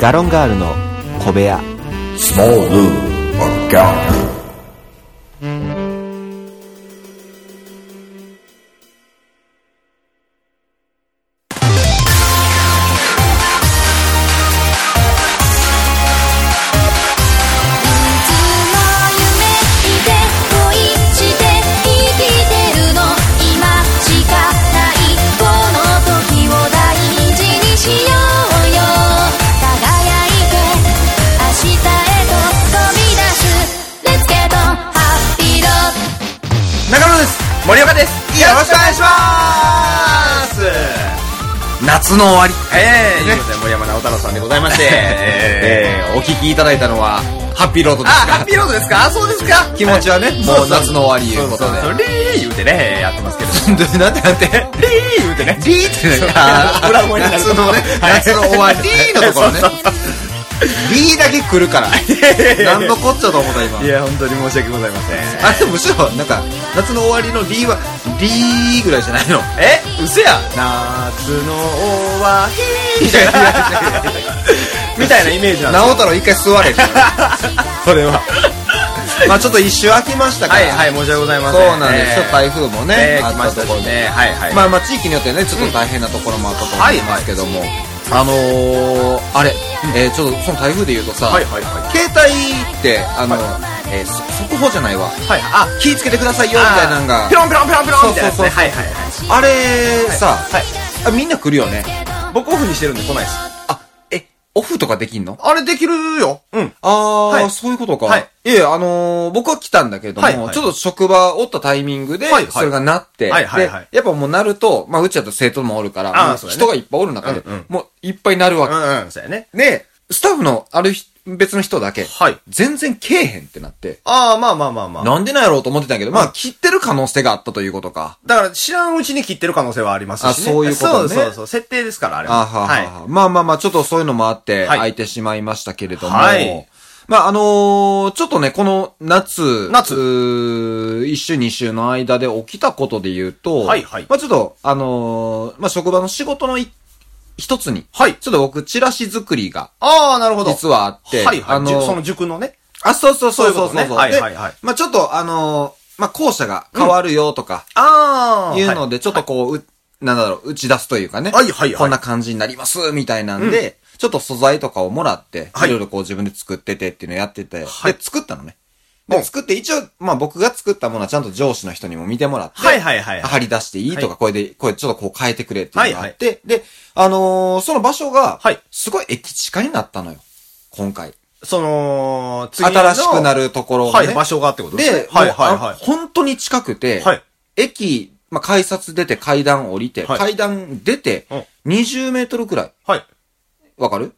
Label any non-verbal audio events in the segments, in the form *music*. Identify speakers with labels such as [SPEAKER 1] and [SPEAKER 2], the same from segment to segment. [SPEAKER 1] ガロンガールの小部屋
[SPEAKER 2] Small Room or Dark Room.
[SPEAKER 3] いつも夢見て恋して生きてるの今しかないこの時を大事にしようよ輝いて明日へと飛び出す Let's get on happy road
[SPEAKER 4] 中野です森岡ですよろしくお願いします夏の終わりええということで森山直太朗さんでござい *laughs* ましてええお聞きいただいたのはハッピーロードですかハッピーロードですかあそうですか気持ちはねもう夏の終わりいうことで
[SPEAKER 5] そうそうリー言うてね、やってますけど。
[SPEAKER 4] で *laughs* なんてなんて
[SPEAKER 5] リー言うてね。
[SPEAKER 4] リーってなん
[SPEAKER 5] あー裏声になる
[SPEAKER 4] 夏のね夏の終わりのところねリーだけ来
[SPEAKER 5] *laughs*
[SPEAKER 4] るから何のこっちゃと思った今
[SPEAKER 5] いや、本当に申し訳ございません。
[SPEAKER 4] あれむしろなんか夏の終わりのリーはリーぐらいじゃないの
[SPEAKER 5] え、嘘や。夏の終わ
[SPEAKER 4] *laughs*
[SPEAKER 5] り。みたいなイメージなんです
[SPEAKER 4] 直太朗一回座れ
[SPEAKER 5] *laughs*
[SPEAKER 4] それはまあちょっと一周空きましたから
[SPEAKER 5] はい、はい、申し訳ございません。
[SPEAKER 4] そうなんです、ちょっと台風もね、
[SPEAKER 5] えー
[SPEAKER 4] あ
[SPEAKER 5] 来ま
[SPEAKER 4] っ
[SPEAKER 5] したた
[SPEAKER 4] と
[SPEAKER 5] し
[SPEAKER 4] ころで、
[SPEAKER 5] ね。はい、はい。
[SPEAKER 4] まあまあ地域によってねちょっと大変なところもあったと思うんですけども、あのー、あれ、えーちょっとその台風で言うとさ、
[SPEAKER 5] はい、はい、はい。
[SPEAKER 4] 携帯ってあの、えーそ速報じゃないわ、
[SPEAKER 5] はい、あ、
[SPEAKER 4] 気ぃつけてくださいよみたいなのが
[SPEAKER 5] ピロンピロンピロンピロンみたいなやつ
[SPEAKER 4] そうそうそう
[SPEAKER 5] ね。はい、はい、はい。
[SPEAKER 4] あれさ、
[SPEAKER 5] はい
[SPEAKER 4] あみんな来るよね
[SPEAKER 5] 僕オフにしてるんで来ないです。
[SPEAKER 4] あえオフとかできんの
[SPEAKER 5] あれできるよ。うん。
[SPEAKER 4] ああ、
[SPEAKER 5] はい
[SPEAKER 4] そういうことか。
[SPEAKER 5] はいい。
[SPEAKER 4] えあのー僕は来たんだけども、
[SPEAKER 5] はいはい
[SPEAKER 4] ちょっと職場おったタイミングで、
[SPEAKER 5] はいはい
[SPEAKER 4] それがなって、
[SPEAKER 5] はいはいはい
[SPEAKER 4] で、やっぱもうなると、まあ、うちだと生徒もおるから、
[SPEAKER 5] あー
[SPEAKER 4] もう
[SPEAKER 5] そうだね
[SPEAKER 4] 人がいっぱいおる中で、
[SPEAKER 5] うんうん
[SPEAKER 4] もういっぱいなるわ
[SPEAKER 5] う
[SPEAKER 4] け。
[SPEAKER 5] ん、うん、そうやね。
[SPEAKER 4] で、スタッフのある日別の人だけ、
[SPEAKER 5] はい
[SPEAKER 4] 全然来えへんってなって、
[SPEAKER 5] ああ、まあまあまあまあ。
[SPEAKER 4] なんでなんやろうと思ってたんやけど、まあ、切ってる可能性があったということか。
[SPEAKER 5] だから知らんうちに切ってる可能性はありますし、ね。
[SPEAKER 4] あそういうことね
[SPEAKER 5] そうそうそう。設定ですから、あれ
[SPEAKER 4] あはは
[SPEAKER 5] はい。
[SPEAKER 4] はまあまあまあ、ちょっとそういうのもあって、
[SPEAKER 5] はい
[SPEAKER 4] 空いてしまいましたけれども、
[SPEAKER 5] はい
[SPEAKER 4] まああのーちょっとね、この夏、
[SPEAKER 5] 夏
[SPEAKER 4] うー一週二週の間で起きたことで言うと、
[SPEAKER 5] はいはい
[SPEAKER 4] まあちょっと、あのーまあ職場の仕事のい一つに、
[SPEAKER 5] はい
[SPEAKER 4] ちょっと僕、チラシ作りが、
[SPEAKER 5] ああ、なるほど。
[SPEAKER 4] 実はあって、
[SPEAKER 5] はいはい。
[SPEAKER 4] あの
[SPEAKER 5] じゅ
[SPEAKER 4] ー
[SPEAKER 5] その塾のね。
[SPEAKER 4] あ、そうそうそうそうそう
[SPEAKER 5] そういうことねはいはいはい
[SPEAKER 4] でまあちょっと、あのーまあ校舎が変わるよとか、
[SPEAKER 5] あ
[SPEAKER 4] いうので、ちょっとこう、うなんだろう、打ち出すというかね。
[SPEAKER 5] はいはいはい
[SPEAKER 4] こんな感じになります、みたいなんで、ちょっと素材とかをもらって、、
[SPEAKER 5] はいい
[SPEAKER 4] ろいろこう自分で作っててっていうのをやってて、
[SPEAKER 5] はい
[SPEAKER 4] で、作ったのね。
[SPEAKER 5] う
[SPEAKER 4] で、
[SPEAKER 5] ん
[SPEAKER 4] 作って、一応、まあ僕が作ったものはちゃんと上司の人にも見てもらって、
[SPEAKER 5] はいはいはいはい
[SPEAKER 4] 貼り出していいとか、これで、これちょっとこう変えてくれっていうのがあって、で、あのーその場所が
[SPEAKER 5] はい、
[SPEAKER 4] すごい駅近になったのよ。今回。
[SPEAKER 5] その、次の
[SPEAKER 4] 新しくなるところが
[SPEAKER 5] は
[SPEAKER 4] ね
[SPEAKER 5] い、場所がってことですね
[SPEAKER 4] で、
[SPEAKER 5] はい
[SPEAKER 4] もう
[SPEAKER 5] はい
[SPEAKER 4] あ
[SPEAKER 5] はい。
[SPEAKER 4] 本当に近くて、
[SPEAKER 5] はい
[SPEAKER 4] 駅、まあ、改札出て階段降りて、
[SPEAKER 5] はい
[SPEAKER 4] 階段出て
[SPEAKER 5] うん、
[SPEAKER 4] 20メートルくらい。
[SPEAKER 5] はい。
[SPEAKER 4] わかる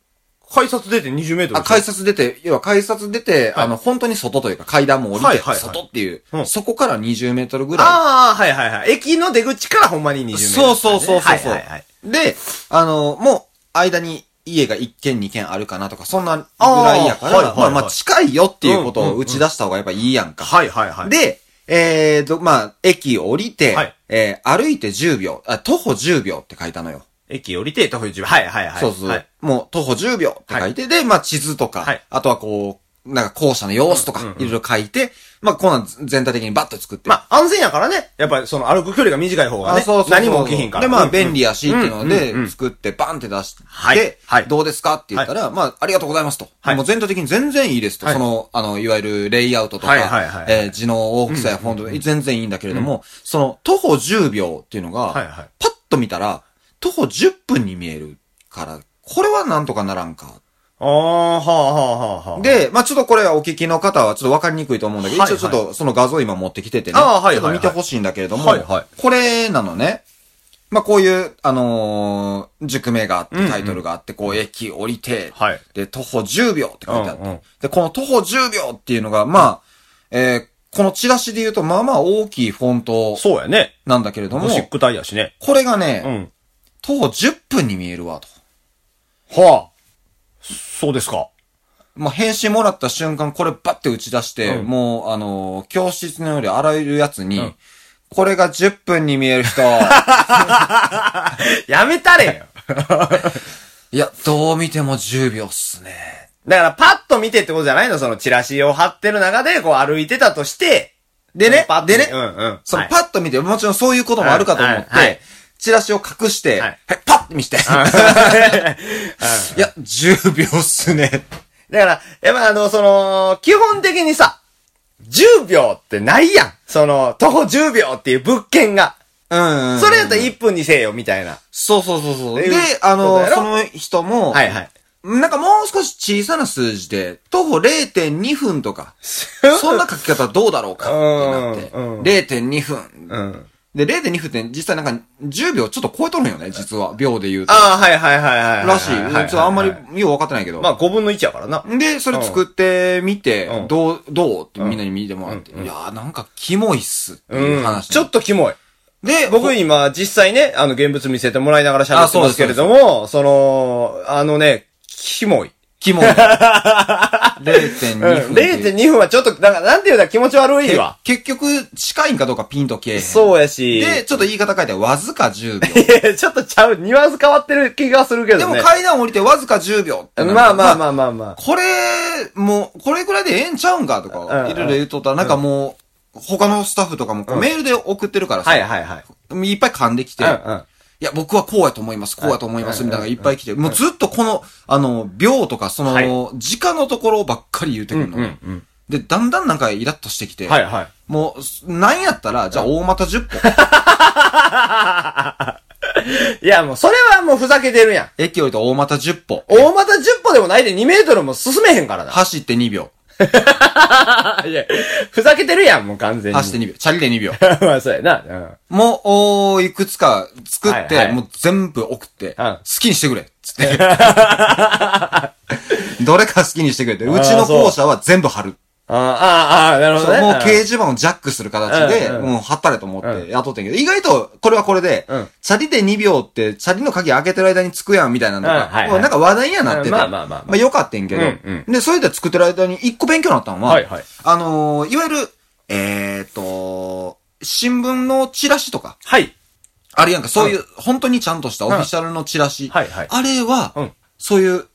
[SPEAKER 5] 改札出て20メートル。
[SPEAKER 4] あ、改札出て、要は改札出て、
[SPEAKER 5] はい
[SPEAKER 4] あの、本当に外というか階段も降りて、
[SPEAKER 5] はいはいはい
[SPEAKER 4] 外っていう、
[SPEAKER 5] うん
[SPEAKER 4] そこから20メートルぐら
[SPEAKER 5] ああ、はいはいはい。駅の出口からほんまに20メー
[SPEAKER 4] い。
[SPEAKER 5] トル、
[SPEAKER 4] そうそうそうそうそう、
[SPEAKER 5] はいはいはい。
[SPEAKER 4] で、あの、もう、間に家が1軒2軒あるかなとか、そんなぐらいやから、
[SPEAKER 5] あーはいはいは
[SPEAKER 4] まあ
[SPEAKER 5] い
[SPEAKER 4] まあ近いよっていうこと
[SPEAKER 5] うんう
[SPEAKER 4] を
[SPEAKER 5] んうん
[SPEAKER 4] 打ち出した方がやっぱいいやんか。
[SPEAKER 5] はいはいはい。、
[SPEAKER 4] で、えーと、まあ、駅降りて、
[SPEAKER 5] はい
[SPEAKER 4] えー歩いて10秒、あ、徒歩10秒って書いたのよ。
[SPEAKER 5] 駅降りて、徒歩10秒。はいはいはい。
[SPEAKER 4] そうそう、
[SPEAKER 5] はい
[SPEAKER 4] もう徒歩10秒って書いて、で、まあ、地図とか、
[SPEAKER 5] はい
[SPEAKER 4] あとはこう、なんか校舎の様子とか、いろいろ書いて、まあ、こんなん全体的にバッと作って。
[SPEAKER 5] まあ、安全やからね。やっぱりその歩く距離が短い方が
[SPEAKER 4] あ
[SPEAKER 5] ね。
[SPEAKER 4] そうそうそう
[SPEAKER 5] 何も起きひんから。
[SPEAKER 4] で、まあ、
[SPEAKER 5] うん
[SPEAKER 4] 便利やし、っていうの
[SPEAKER 5] うんうんう
[SPEAKER 4] で、
[SPEAKER 5] ん
[SPEAKER 4] 作って、バンって出して、
[SPEAKER 5] はいはい
[SPEAKER 4] どうですかって言ったら、まあ、ありがとうございますと。
[SPEAKER 5] はい
[SPEAKER 4] もう全体的に全然いいですと。
[SPEAKER 5] はい
[SPEAKER 4] その、あの、いわゆるレイアウトとか、
[SPEAKER 5] はいはいはい
[SPEAKER 4] えー字の大きさやフォント、全然いいんだけれども、その、徒歩10秒っていうのが、
[SPEAKER 5] はいはい
[SPEAKER 4] パッと見たら、徒歩10分に見えるから、これはなんとかならんか。
[SPEAKER 5] ああ、はあはあはあはあ。、
[SPEAKER 4] で、まあ、ちょっとこれお聞きの方はちょっとわかりにくいと思うんだけど、
[SPEAKER 5] はいはい
[SPEAKER 4] 一応ちょっとその画像今持ってきててね。
[SPEAKER 5] ああはいはい
[SPEAKER 4] ちょっと見てほしいんだけれども、
[SPEAKER 5] はいはい
[SPEAKER 4] これなのね。まあ、こういう、あのー塾名があって、タイトルがあって、こう、駅降りて、
[SPEAKER 5] はい
[SPEAKER 4] で、徒歩10秒って書いてあって、
[SPEAKER 5] うんうん
[SPEAKER 4] で、この徒歩10秒っていうのが、まあ、えーこのチラシで言うと、まあまあ大きいフォント
[SPEAKER 5] そうやね。
[SPEAKER 4] なんだけれども
[SPEAKER 5] ゴ、シック体やしね。
[SPEAKER 4] これがね、
[SPEAKER 5] うん。
[SPEAKER 4] 徒歩10分に見えるわと。
[SPEAKER 5] はあ。そうですか。 *laughs*
[SPEAKER 4] もう返信もらった瞬間、これバッて打ち出して、
[SPEAKER 5] うん
[SPEAKER 4] もう、あのー教室のよりあらゆるやつに、
[SPEAKER 5] ん
[SPEAKER 4] これが10分に見える人、
[SPEAKER 5] やめたれよ。
[SPEAKER 4] いや、どう見ても10秒っすね。
[SPEAKER 5] だからパッと見てってことじゃないのそのチラシを貼ってる中でこう歩いてたとして、
[SPEAKER 4] でね
[SPEAKER 5] パッ、と
[SPEAKER 4] でね
[SPEAKER 5] う、んうん。
[SPEAKER 4] その
[SPEAKER 5] ッ
[SPEAKER 4] パッと見て、もちろんそういうこともあるかと思っ
[SPEAKER 5] はいはい
[SPEAKER 4] て、チラシを隠して、
[SPEAKER 5] は
[SPEAKER 4] はいい、パッと見して。 *laughs* いや、10秒っすね。
[SPEAKER 5] *laughs* だから、やっぱあの、その、基本的にさ、10秒ってないやん。その、徒歩10秒っていう物件が。
[SPEAKER 4] うん
[SPEAKER 5] それやったら1分にせよ、みたいな。
[SPEAKER 4] そうそうそうそう。で
[SPEAKER 5] で、
[SPEAKER 4] あ
[SPEAKER 5] そう
[SPEAKER 4] の、
[SPEAKER 5] だよ
[SPEAKER 4] その人も、
[SPEAKER 5] はいはい。
[SPEAKER 4] なんかもう少し小さな数字で、徒歩0.2分とか、 *laughs* そんな書き方どうだろうかって
[SPEAKER 5] うんう
[SPEAKER 4] なんって、0.2分。
[SPEAKER 5] うん。
[SPEAKER 4] で、0.2分って実際なんか10秒ちょっと超えとるんよね、実は、秒で言うと。
[SPEAKER 5] ああ、はいはいはいはいはい。
[SPEAKER 4] らしい。ち
[SPEAKER 5] は
[SPEAKER 4] ょ
[SPEAKER 5] は
[SPEAKER 4] っ
[SPEAKER 5] は
[SPEAKER 4] とあんまりよう分かってないけど。
[SPEAKER 5] まあ5分の1やからな。
[SPEAKER 4] で、それ作ってみ
[SPEAKER 5] うん
[SPEAKER 4] て、どう、どうってみんなに見てもらって。いやー、なんかキモいっすっていう話。
[SPEAKER 5] ちょっとキモい。
[SPEAKER 4] で、
[SPEAKER 5] 僕
[SPEAKER 4] に、
[SPEAKER 5] 今実際ね、あの現物見せてもらいながら喋ってますけれども、その、あのね、キモい。
[SPEAKER 4] キ
[SPEAKER 5] *laughs*
[SPEAKER 4] モい。0.2
[SPEAKER 5] うん、
[SPEAKER 4] 分っていう。
[SPEAKER 5] 0.2分はちょっと、なんか、なんていうんだ、気持ち悪いわ。
[SPEAKER 4] 結局、近いんかどうかピンとけえへん。
[SPEAKER 5] そうやし。
[SPEAKER 4] で、ちょっと言い方変えて、わずか10秒。
[SPEAKER 5] *laughs* いや、ちょっとちゃう、ニュアンス変わってる気がするけど
[SPEAKER 4] で
[SPEAKER 5] ね。
[SPEAKER 4] も階段降りてわずか10秒ってなる
[SPEAKER 5] まあまあまあまあまあ。
[SPEAKER 4] これ、もう、これくらいでええんちゃうんかと
[SPEAKER 5] うんう
[SPEAKER 4] か、
[SPEAKER 5] ん
[SPEAKER 4] いろいろ言うとったら、なんかもう、他のスタッフとかもこうメールで送ってるからさ、
[SPEAKER 5] はいはいはい。
[SPEAKER 4] いっぱい噛んできて、
[SPEAKER 5] うんうん
[SPEAKER 4] いや、僕はこうやと思います、こうやと思います、みたいなのがいっぱい来て、もうずっとこの、あの、秒とか、そ
[SPEAKER 5] はい
[SPEAKER 4] の、時間のところばっかり言うてくるの
[SPEAKER 5] うん
[SPEAKER 4] ね。で、だんだんなんかイラッとしてきて、
[SPEAKER 5] はいはい。
[SPEAKER 4] もう、なんやったら、じゃあ大股10個。
[SPEAKER 5] いや、もう、それはもうふざけてるやん。
[SPEAKER 4] 駅降りて大股10歩。
[SPEAKER 5] 大股10歩でもないで2メートルも進めへんから *laughs* な。
[SPEAKER 4] 走って2秒。
[SPEAKER 5] いや、ふざけてるやん、もう完全に。
[SPEAKER 4] 走って2秒。チャリで2秒。
[SPEAKER 5] て。 *laughs* まあ、そうやな。うん。
[SPEAKER 4] もう、おーいくつか作って、
[SPEAKER 5] はいはい
[SPEAKER 4] もう全部送って、
[SPEAKER 5] うん
[SPEAKER 4] 好きにしてくれっ
[SPEAKER 5] *laughs*
[SPEAKER 4] つって。どれか好きにしてくれって。うちの校舎は全部貼る。
[SPEAKER 5] ああ、ああ、なるほ
[SPEAKER 4] そ
[SPEAKER 5] どね。
[SPEAKER 4] うもう掲
[SPEAKER 5] うん
[SPEAKER 4] 示板をジャックする形で、
[SPEAKER 5] うんうん
[SPEAKER 4] もう貼ったれと思って雇ってんけど、意外とこれはこれで、
[SPEAKER 5] うん
[SPEAKER 4] チャリで2秒って、チャリの鍵開けてる間につくやんみたいなの
[SPEAKER 5] うんはいは
[SPEAKER 4] が、
[SPEAKER 5] い
[SPEAKER 4] もうなんか話題にはなってて、
[SPEAKER 5] うんまあまあまあまあ
[SPEAKER 4] よかってんけど、
[SPEAKER 5] うん
[SPEAKER 4] で、それで作ってる間に一個勉強になったのは、
[SPEAKER 5] はいはい
[SPEAKER 4] あのーいわゆる、えーと、新聞のチラシとか、
[SPEAKER 5] はい。
[SPEAKER 4] あれやんか、そういう、本当にちゃんとしたオフィシャルのチラシ。
[SPEAKER 5] はいはい
[SPEAKER 4] あれは、
[SPEAKER 5] うん
[SPEAKER 4] そういう、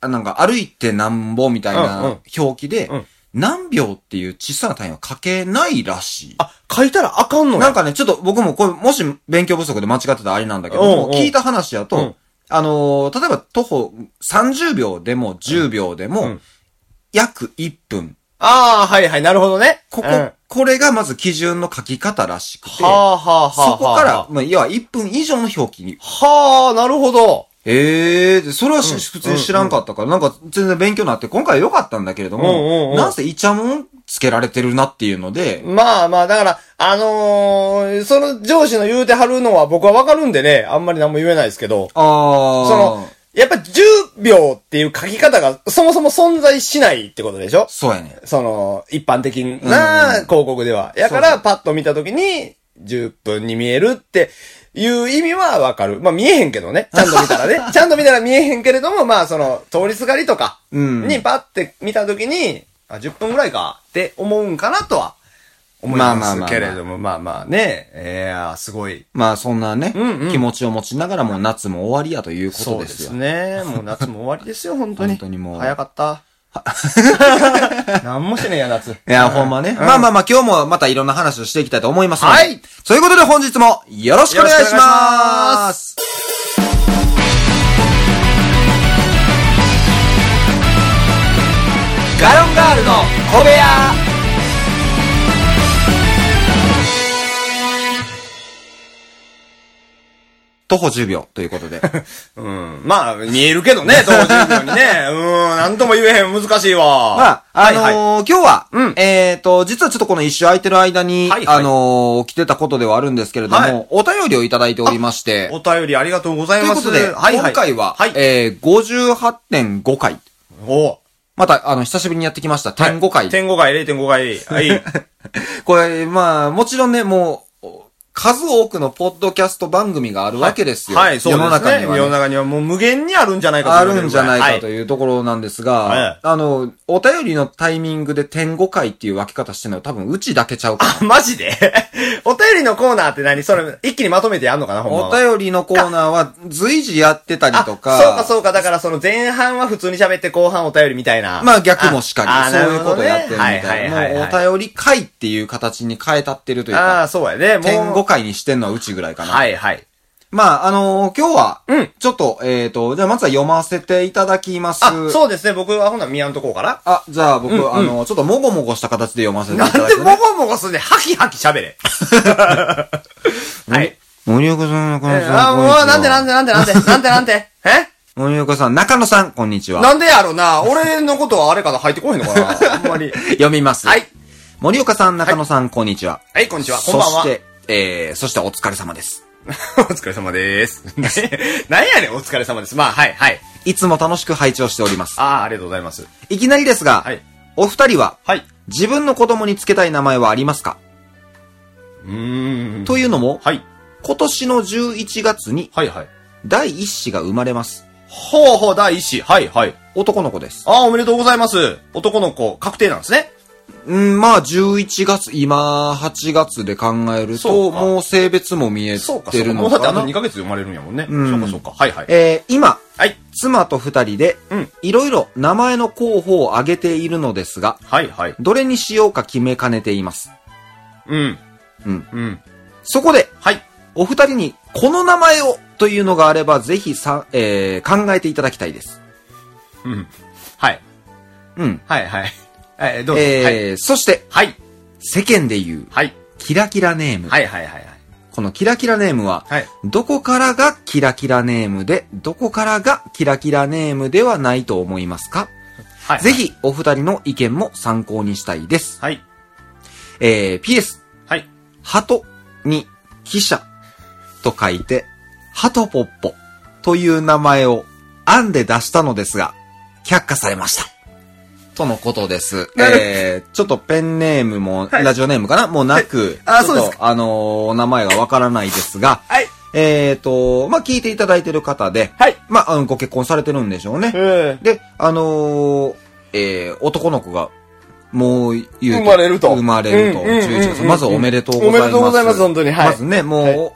[SPEAKER 4] あなんか、歩いてなんぼみたい
[SPEAKER 5] うんうん
[SPEAKER 4] な表記で、
[SPEAKER 5] うん
[SPEAKER 4] 何秒っていう小さな単位は書けないらしい。
[SPEAKER 5] あ、書いたらあかんの
[SPEAKER 4] なん
[SPEAKER 5] か、
[SPEAKER 4] かね、ちょっと僕もこれ、もし勉強不足で間違ってたらあれなんだけど
[SPEAKER 5] うんうん
[SPEAKER 4] も、聞いた話やと、
[SPEAKER 5] うん
[SPEAKER 4] あのー例えば徒歩30秒でも10秒でも、
[SPEAKER 5] うん
[SPEAKER 4] 約1分。
[SPEAKER 5] ああ、はいはい、なるほどね。
[SPEAKER 4] ここ、
[SPEAKER 5] うんは
[SPEAKER 4] これがまず基準の書き方らしくて、
[SPEAKER 5] あ、はあ、はあ、
[SPEAKER 4] そこから、
[SPEAKER 5] は
[SPEAKER 4] まあ、要は1分以上の表記に
[SPEAKER 5] あ、なるほど。
[SPEAKER 4] ええでそれはし
[SPEAKER 5] うん
[SPEAKER 4] 普通に知らんかったから、なんか全然勉強になって、今回は良かったんだけれど
[SPEAKER 5] うんうんう
[SPEAKER 4] も、
[SPEAKER 5] ん
[SPEAKER 4] なんせイチャモンつけられてるなっていうので、
[SPEAKER 5] まあまあ、だから、あのー、その上司の言うてはるのは僕はわかるんでね、あんまり何も言えないですけど、
[SPEAKER 4] ああ、
[SPEAKER 5] その、やっぱ10秒っていう書き方がそもそも存在しないってことでしょ
[SPEAKER 4] そうやね。
[SPEAKER 5] その、一般的
[SPEAKER 4] うん
[SPEAKER 5] な広告では。やか
[SPEAKER 4] そう
[SPEAKER 5] ら、パッと見たときに、10分に見えるっていう意味はわかる。まあ見えへんけどね。ちゃんと見たらね。ちゃんと見たら見えへんけれども、まあその、通りすがりとか
[SPEAKER 4] うん
[SPEAKER 5] にパッて見たときに、あ、10分ぐらいかって思うんかなとは思い
[SPEAKER 4] まあ
[SPEAKER 5] ま
[SPEAKER 4] まあまあ
[SPEAKER 5] す
[SPEAKER 4] まあ
[SPEAKER 5] けれども、まあまあね。いやー、すごい。
[SPEAKER 4] まあそんなね、
[SPEAKER 5] んうん
[SPEAKER 4] 気持ちを持ちながらもう夏も終わりやということですよ。
[SPEAKER 5] ね。もう夏も終わりですよ、本当に。
[SPEAKER 4] 本当にもう
[SPEAKER 5] 早か
[SPEAKER 4] *laughs*
[SPEAKER 5] った。なんもしてねえや、夏。
[SPEAKER 4] いや、ほんまね。まあまあまあ今日もまたいろんな話をしていきたいと思いますので。
[SPEAKER 5] はい
[SPEAKER 4] ということで本日もよろしくお願い
[SPEAKER 5] よろしくお
[SPEAKER 4] し
[SPEAKER 5] 願いしま
[SPEAKER 4] ます。
[SPEAKER 5] ガロンガールの小部屋
[SPEAKER 4] 徒歩10秒ということで。
[SPEAKER 5] うん。まあ、見えるけど
[SPEAKER 4] *laughs*
[SPEAKER 5] ね、当時のようにね。うん、なんとも言えへん、難しいわ。
[SPEAKER 4] まあ、あのー
[SPEAKER 5] はいはい。
[SPEAKER 4] 今日は、
[SPEAKER 5] うん
[SPEAKER 4] えっ、と、実はちょっとこの一周空いてる間に、
[SPEAKER 5] はいはい
[SPEAKER 4] あのー起きてたことではあるんですけれども、
[SPEAKER 5] はい
[SPEAKER 4] お便りをいただいておりまして、
[SPEAKER 5] お便りありがとうござ
[SPEAKER 4] と
[SPEAKER 5] い
[SPEAKER 4] いう
[SPEAKER 5] ま
[SPEAKER 4] こ
[SPEAKER 5] す。
[SPEAKER 4] と
[SPEAKER 5] は
[SPEAKER 4] で、
[SPEAKER 5] いはい、
[SPEAKER 4] 今回は、
[SPEAKER 5] はい。
[SPEAKER 4] えー、58.5回。
[SPEAKER 5] お
[SPEAKER 4] また、あの、久しぶりにやってきました、点5回。
[SPEAKER 5] 点5回、0.5回。はい。
[SPEAKER 4] これ、まあ、もちろんね、もう、お数多くのポッドキャスト番組があ *laughs* るわけですよ。
[SPEAKER 5] はい、そうですね。
[SPEAKER 4] 世の中にはね、
[SPEAKER 5] 世の中にはもう無限にあるんじゃないか
[SPEAKER 4] あるんじゃないかと
[SPEAKER 5] いう。
[SPEAKER 4] いうところなんですが、
[SPEAKER 5] はい
[SPEAKER 4] あの、お便りのタイミングで点5回っていう分け方してるのは多分うちだけちゃうかな。
[SPEAKER 5] あ、マジで *laughs* お便りのコーナーって何それ、一気にまとめてやんのかなほんまは
[SPEAKER 4] お便りのコーナーは随時やってたりとか、
[SPEAKER 5] あそうかそうか。だからその前半は普通に喋って後半お便りみたいな。
[SPEAKER 4] まあ逆もしか
[SPEAKER 5] あ
[SPEAKER 4] り、
[SPEAKER 5] あ
[SPEAKER 4] そういうこと
[SPEAKER 5] な
[SPEAKER 4] やっ
[SPEAKER 5] る
[SPEAKER 4] て
[SPEAKER 5] ほ
[SPEAKER 4] るみ
[SPEAKER 5] どね
[SPEAKER 4] たい
[SPEAKER 5] はいはいはい
[SPEAKER 4] な。
[SPEAKER 5] はい
[SPEAKER 4] もうお便り会っていう形に変えたってるという
[SPEAKER 5] あ
[SPEAKER 4] か、
[SPEAKER 5] あ、そうやね。もう。
[SPEAKER 4] 点5回にしてんのはうちぐらいかな。
[SPEAKER 5] はいはい。
[SPEAKER 4] まあ、あのー今日は、
[SPEAKER 5] うん
[SPEAKER 4] ちょっと、えっ、と、じゃあまずは読ませていただきます。
[SPEAKER 5] あ、そうですね。僕はほんなら宮のとこから。
[SPEAKER 4] あ、じゃあ僕、あのーちょっともごもごした形で読ませていた
[SPEAKER 5] な
[SPEAKER 4] だきま
[SPEAKER 5] ん
[SPEAKER 4] す、
[SPEAKER 5] で
[SPEAKER 4] ね。
[SPEAKER 5] もごもごすんで、ハキハキ喋れ。はい。
[SPEAKER 4] 森岡さん、中野さん。
[SPEAKER 5] あ、もう、なんでなん
[SPEAKER 4] で
[SPEAKER 5] でなんでなんでなんでなん
[SPEAKER 4] *laughs*
[SPEAKER 5] でえ
[SPEAKER 4] 森岡さん、中野さん、こんにちは。
[SPEAKER 5] なんでやろな俺のことはあれから入ってこへんのかなあんまり。
[SPEAKER 4] 読みます。
[SPEAKER 5] はい。。
[SPEAKER 4] 森岡さん、中野さん、こんにちは。
[SPEAKER 5] はい、こんにちは。こんばんは。
[SPEAKER 4] そして、えー、そしてお疲れ様です。
[SPEAKER 5] お疲れ様です。 *laughs* 何やねん、お疲れ様です。まあ、はい、はい。
[SPEAKER 4] いつも楽しく拝聴しております。
[SPEAKER 5] ああ、ありがとうございます。
[SPEAKER 4] いきなりですが、
[SPEAKER 5] はい
[SPEAKER 4] お二人は、
[SPEAKER 5] はい。
[SPEAKER 4] 自分の子供につけたい名前はありますか、
[SPEAKER 5] うーん。
[SPEAKER 4] というのも、
[SPEAKER 5] はい。
[SPEAKER 4] 今年の11月に
[SPEAKER 5] はい、はい。
[SPEAKER 4] 第一子が生まれます。
[SPEAKER 5] ほうほう、第一子。はい、はい。
[SPEAKER 4] 男の子です。
[SPEAKER 5] ああ、おめでとうございます。男の子、確定なんですね。
[SPEAKER 4] うん、まあ11月、今8月で考える
[SPEAKER 5] そ
[SPEAKER 4] と、
[SPEAKER 5] うか
[SPEAKER 4] もう性別も見えてる
[SPEAKER 5] も
[SPEAKER 4] の
[SPEAKER 5] うだって
[SPEAKER 4] か
[SPEAKER 5] あと
[SPEAKER 4] な
[SPEAKER 5] 2。ヶ月で生まれるんやもんね。
[SPEAKER 4] ん
[SPEAKER 5] そうか、そうか。はい、はい。
[SPEAKER 4] えー今、
[SPEAKER 5] はい。
[SPEAKER 4] 妻と二人で
[SPEAKER 5] うん、
[SPEAKER 4] いろいろ名前の候補を挙げているのですが、
[SPEAKER 5] はい、はい。
[SPEAKER 4] どれにしようか決めかねています。
[SPEAKER 5] うん。
[SPEAKER 4] うん。
[SPEAKER 5] うん。
[SPEAKER 4] そこで、
[SPEAKER 5] はい。
[SPEAKER 4] お二人に、この名前をというのがあれば、ぜひさ、えー考えていただきたいです。
[SPEAKER 5] うん。はい。
[SPEAKER 4] うん。
[SPEAKER 5] はい、はい。えー、どうぞ。
[SPEAKER 4] えー
[SPEAKER 5] はい。
[SPEAKER 4] そして、
[SPEAKER 5] はい。
[SPEAKER 4] 世間で言う、
[SPEAKER 5] はい。
[SPEAKER 4] キラキラネーム。
[SPEAKER 5] はい、はい、はい。
[SPEAKER 4] このキラキラネームは、
[SPEAKER 5] はい
[SPEAKER 4] どこからがキラキラネームで、どこからがキラキラネームではないと思いますか、
[SPEAKER 5] はい。
[SPEAKER 4] ぜ。ひ、お二人の意見も参考にしたいです。
[SPEAKER 5] はい。
[SPEAKER 4] えー、PS、
[SPEAKER 5] はい。
[SPEAKER 4] 鳩に、記者と書いて、鳩ポッポという名前を編んで出したのですが、却下されました。とのことです。
[SPEAKER 5] なる
[SPEAKER 4] えー、ちょっとペンネームも、
[SPEAKER 5] はい
[SPEAKER 4] ラジオネームかなもうなく、
[SPEAKER 5] はいあ
[SPEAKER 4] ちょ
[SPEAKER 5] そ
[SPEAKER 4] っと
[SPEAKER 5] うです
[SPEAKER 4] あのーお名前がわからないですが、
[SPEAKER 5] はい。
[SPEAKER 4] えーと、まあ、聞いていただいてる方で、
[SPEAKER 5] はい。
[SPEAKER 4] まあ、あのご結婚されてるんでしょうね。
[SPEAKER 5] え
[SPEAKER 4] で、あのーえー男の子が、もう言うて、
[SPEAKER 5] 生まれると
[SPEAKER 4] 生まれると。
[SPEAKER 5] うんうんうん
[SPEAKER 4] 11月
[SPEAKER 5] うん
[SPEAKER 4] まずおめでとうございます。
[SPEAKER 5] おめでとうございます本当にはい
[SPEAKER 4] まずね、もう、
[SPEAKER 5] は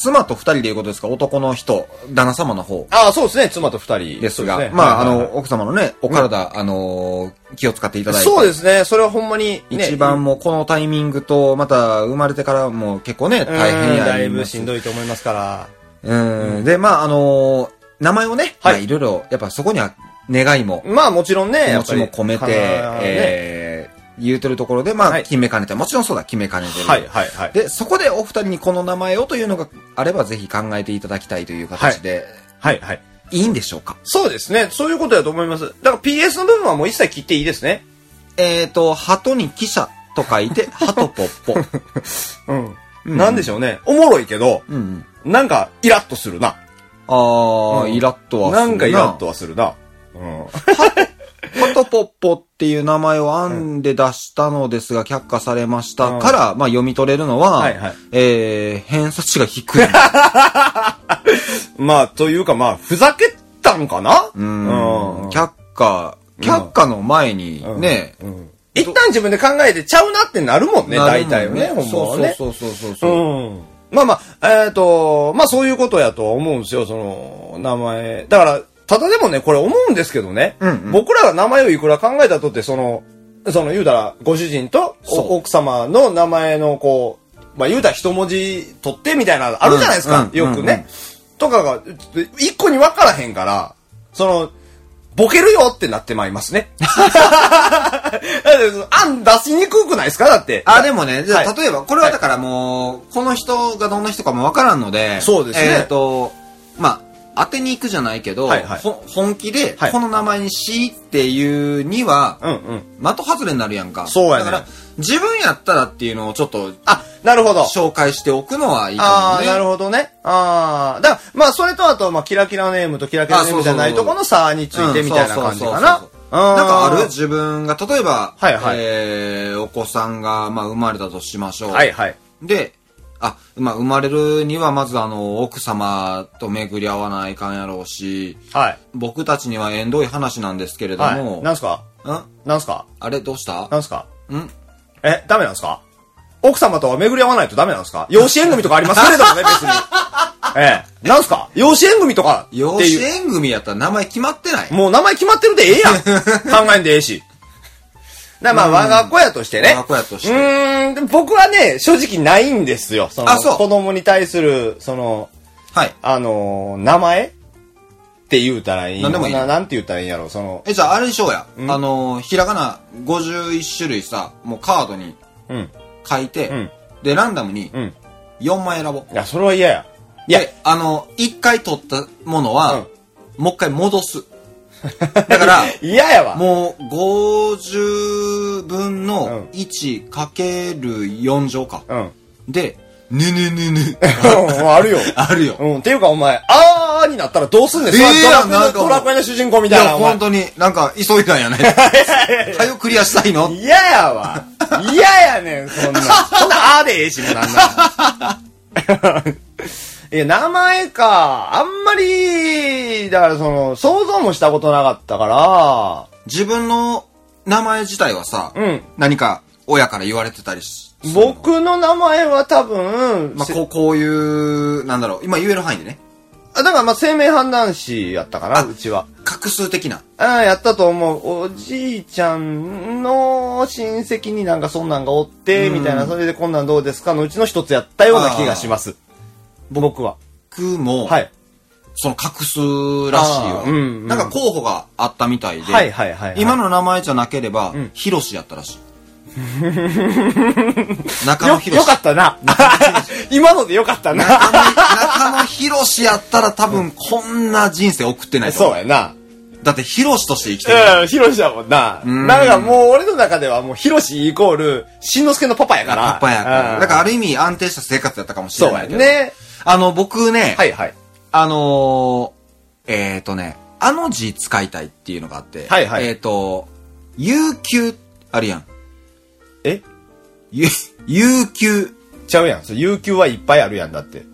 [SPEAKER 4] 妻と二人でいうことですから、男の人、旦那様の方
[SPEAKER 5] ああ、そうですね。妻と二人。
[SPEAKER 4] です
[SPEAKER 5] そ
[SPEAKER 4] が、
[SPEAKER 5] うね
[SPEAKER 4] まあ、
[SPEAKER 5] はいはいはい
[SPEAKER 4] あの、奥様のね、お体、あのー気を使っていただいて。
[SPEAKER 5] そうですね。それはほんまに、ね、
[SPEAKER 4] 一番もうこのタイミングと、また生まれてからも結構ね、
[SPEAKER 5] うん
[SPEAKER 4] 大変や
[SPEAKER 5] だい
[SPEAKER 4] りま
[SPEAKER 5] ぶ
[SPEAKER 4] す
[SPEAKER 5] しんどいと思いますから。
[SPEAKER 4] うん。で、まあ、あのー名前をね、
[SPEAKER 5] はい
[SPEAKER 4] まあいろいろ、やっぱそこには願いも、
[SPEAKER 5] まあもちろんね、
[SPEAKER 4] 気
[SPEAKER 5] や
[SPEAKER 4] 持
[SPEAKER 5] っぱ
[SPEAKER 4] ち
[SPEAKER 5] り
[SPEAKER 4] も込めて、
[SPEAKER 5] かなね
[SPEAKER 4] えー、言うてるところで、ま
[SPEAKER 5] は
[SPEAKER 4] あ、
[SPEAKER 5] い
[SPEAKER 4] 決めかねて、もちろんそうだ、決めかねてる。
[SPEAKER 5] はいはいはい。
[SPEAKER 4] で、そこでお二人にこの名前をというのがあれば、ぜひ考えていただきたいという形で、
[SPEAKER 5] はいはい。
[SPEAKER 4] い、いんでしょうか
[SPEAKER 5] そうですね。そういうことだと思います。だから PS の部分はもう一切切っていいですね。
[SPEAKER 4] えーと、鳩に記者と書いて、
[SPEAKER 5] *laughs*
[SPEAKER 4] 鳩ポッポ。
[SPEAKER 5] うん。 *laughs* なんでしょうね。おもろいけど、
[SPEAKER 4] うんうん。
[SPEAKER 5] なんかイラッとするな。
[SPEAKER 4] あー、
[SPEAKER 5] うん
[SPEAKER 4] イラッとはする
[SPEAKER 5] な
[SPEAKER 4] な。
[SPEAKER 5] んかイラッと。はするな。うん。
[SPEAKER 4] 鳩ポッポっていう名前を編んで出したのですが、却下されましたから、まあ読み取れるのは、
[SPEAKER 5] はいはい
[SPEAKER 4] えー、偏差値が低い。
[SPEAKER 5] まあ、というかまあ、ふざけたんかなう
[SPEAKER 4] うん。却下、却下の前にね、
[SPEAKER 5] うん一旦自分で考えてちゃうなってなるもんね、
[SPEAKER 4] なる
[SPEAKER 5] 大
[SPEAKER 4] もん
[SPEAKER 5] 体はね、ほんまはね。
[SPEAKER 4] そうそうそうそう
[SPEAKER 5] う
[SPEAKER 4] そう。
[SPEAKER 5] ん。まあまあ、えっ、と、まあそういうことやとは思うんですよ、その、名前。だから、ただでもね、これ思うんですけどね、
[SPEAKER 4] うんうん
[SPEAKER 5] 僕らが名前をいくら考えたとって、その、その言うたら、ご主人と
[SPEAKER 4] そう
[SPEAKER 5] お奥様の名前のこう、まあ言うたら一文字取ってみたいなのあるじゃないですか、
[SPEAKER 4] うんうん
[SPEAKER 5] よく
[SPEAKER 4] うんうん
[SPEAKER 5] ね。とかが、一個に分からへんから、その、ボケるよってなってまいります
[SPEAKER 4] *laughs*
[SPEAKER 5] ね。だって案出しにくくないですかだって。
[SPEAKER 4] あ、でもね、じゃ
[SPEAKER 5] は
[SPEAKER 4] あ
[SPEAKER 5] い
[SPEAKER 4] 例えば、これはだからもう、この人がどんな人かもわからんので、
[SPEAKER 5] そうですね
[SPEAKER 4] えっと、まあ、当てに行くじゃないけど、
[SPEAKER 5] はいはい
[SPEAKER 4] ほ本気で
[SPEAKER 5] は、い
[SPEAKER 4] この名前にしっていうには、
[SPEAKER 5] うんうん。
[SPEAKER 4] 的外れになるやんか。
[SPEAKER 5] そうやね
[SPEAKER 4] だから、自分やったらっていうのをちょっと、
[SPEAKER 5] あ、なるほど。
[SPEAKER 4] 紹介しておくのはいいか
[SPEAKER 5] あ
[SPEAKER 4] も
[SPEAKER 5] あ、
[SPEAKER 4] ね。
[SPEAKER 5] なるほどね。ああ。だから、まあ、それとあと、まあ、キラキラネームとキラキラネームじゃない
[SPEAKER 4] あそう
[SPEAKER 5] と
[SPEAKER 4] そうそ
[SPEAKER 5] こ
[SPEAKER 4] う
[SPEAKER 5] の差についてみたいな感じかな。
[SPEAKER 4] うんそうそうそうそう
[SPEAKER 5] あー
[SPEAKER 4] なんかある自分が、例えば、
[SPEAKER 5] はいはい
[SPEAKER 4] えー、お子さんが、まあ、生まれたとしましょう。
[SPEAKER 5] はいはい。
[SPEAKER 4] で、あ、まあ、生まれるにはまずあの、奥様と巡り合わないかんやろうし、
[SPEAKER 5] はい。
[SPEAKER 4] 僕たちには縁遠い話なんですけれど
[SPEAKER 5] はい。
[SPEAKER 4] も、
[SPEAKER 5] なんすか
[SPEAKER 4] ん
[SPEAKER 5] なんすか
[SPEAKER 4] あれどうした
[SPEAKER 5] なんすか
[SPEAKER 4] ん
[SPEAKER 5] え、ダメなんすか奥様とは巡り合わないとダメなんですか養子縁組とかありますけれども
[SPEAKER 4] *laughs*
[SPEAKER 5] ね、別に。ええ。なんすか養子縁組とかっていう。
[SPEAKER 4] 養子縁組やったら名前決まってない
[SPEAKER 5] もう名前決まってるでええやん。
[SPEAKER 4] *laughs*
[SPEAKER 5] 考えんでええし。だからまあ、我が子やとしてね。
[SPEAKER 4] 我が子やとして
[SPEAKER 5] うーん、でも僕はね、正直ないんですよ。その
[SPEAKER 4] あそう
[SPEAKER 5] 子供に対する、その、
[SPEAKER 4] はい。
[SPEAKER 5] あのー名前って言うたらいいの
[SPEAKER 4] 何でもいい
[SPEAKER 5] ななんて言ったらいいんやろ、その、
[SPEAKER 4] え、じゃああれにしようや。あの、ひらがな51種類さ、もうカードに
[SPEAKER 5] うん。
[SPEAKER 4] 書いて、
[SPEAKER 5] うん
[SPEAKER 4] で、ランダムに
[SPEAKER 5] うん。
[SPEAKER 4] 4枚選ぼう。
[SPEAKER 5] いや、それは嫌や。いや、
[SPEAKER 4] で、あの、1回取ったものは、もう一回
[SPEAKER 5] *laughs*
[SPEAKER 4] 戻す。だか
[SPEAKER 5] 嫌やわ。
[SPEAKER 4] ら、もう50分
[SPEAKER 5] うん
[SPEAKER 4] の1かける4乗か。
[SPEAKER 5] うん。 *laughs*
[SPEAKER 4] で、ぬぬぬぬ。
[SPEAKER 5] うんある
[SPEAKER 4] *laughs*
[SPEAKER 5] よ。
[SPEAKER 4] あるよ。
[SPEAKER 5] うん。っていうか、お前、あーになったらどうすんねん。
[SPEAKER 4] ええ
[SPEAKER 5] それ
[SPEAKER 4] やん
[SPEAKER 5] ドラ
[SPEAKER 4] なん
[SPEAKER 5] クエ
[SPEAKER 4] かも
[SPEAKER 5] の、ド
[SPEAKER 4] う
[SPEAKER 5] ラクエの主人公み
[SPEAKER 4] い
[SPEAKER 5] たい
[SPEAKER 4] や、
[SPEAKER 5] な。お前
[SPEAKER 4] 本当になんか急いだん
[SPEAKER 5] *laughs*
[SPEAKER 4] やね。はよクリアしたいの
[SPEAKER 5] 嫌やわ。嫌やねん、そん
[SPEAKER 4] *laughs*
[SPEAKER 5] なん。そんな、あーでええしもうなんなん。 *laughs* いや、名前か。あんまり、だからその、想像もしたことなかったか
[SPEAKER 4] 自分の名前自体はさ、
[SPEAKER 5] ら、うん。
[SPEAKER 4] 何か親から言われてたりし。
[SPEAKER 5] 僕の名前は多分、
[SPEAKER 4] まあ、
[SPEAKER 5] せ
[SPEAKER 4] こう、こういう、なんだろう、今言える範囲でね、
[SPEAKER 5] あだからまあ、生命判断士やったかな、
[SPEAKER 4] あ
[SPEAKER 5] うちは。
[SPEAKER 4] 画数的な。
[SPEAKER 5] ああ、やったと思う。おじいちゃんの親戚になんかそんなんがおって、みたいな、それでこんなんどうですかのうちの一つやったような気がします。僕は。
[SPEAKER 4] 僕も、
[SPEAKER 5] はい。
[SPEAKER 4] その画数らしい
[SPEAKER 5] あ
[SPEAKER 4] わ、
[SPEAKER 5] ーうんうん
[SPEAKER 4] なんか候補があったみたいで、
[SPEAKER 5] はいはいはいはい
[SPEAKER 4] 今の名前じゃなければ
[SPEAKER 5] ん、
[SPEAKER 4] ヒロシやった
[SPEAKER 5] *laughs*
[SPEAKER 4] らしい。中野
[SPEAKER 5] よ、
[SPEAKER 4] ヒロ
[SPEAKER 5] よ
[SPEAKER 4] シ
[SPEAKER 5] か。ったな。 *laughs* 今のでよかったな。
[SPEAKER 4] 中野中野ヒロシやったら多分こんな人生送ってないと思
[SPEAKER 5] *laughs* そうやな。
[SPEAKER 4] だってヒロシとして生きてる。
[SPEAKER 5] うん、ヒロシだもんな。
[SPEAKER 4] ん
[SPEAKER 5] なんかもう俺の中ではもうヒロシイコール、しんのすけのパパやから。
[SPEAKER 4] パパやから。
[SPEAKER 5] うん
[SPEAKER 4] だからある意味安定した生活やったかもし
[SPEAKER 5] そ
[SPEAKER 4] れ
[SPEAKER 5] う
[SPEAKER 4] ない
[SPEAKER 5] や
[SPEAKER 4] けど。
[SPEAKER 5] ね。
[SPEAKER 4] あの、僕ね、
[SPEAKER 5] はいはい。
[SPEAKER 4] あのー、えっ、ー、とね、あの字使いたいっていうのがあって、
[SPEAKER 5] はいはい
[SPEAKER 4] えっ、ー、と、有給、あるやん。
[SPEAKER 5] え
[SPEAKER 4] ゆ、有給、
[SPEAKER 5] ちゃうやん。それ有給はいっぱいあるやんだって。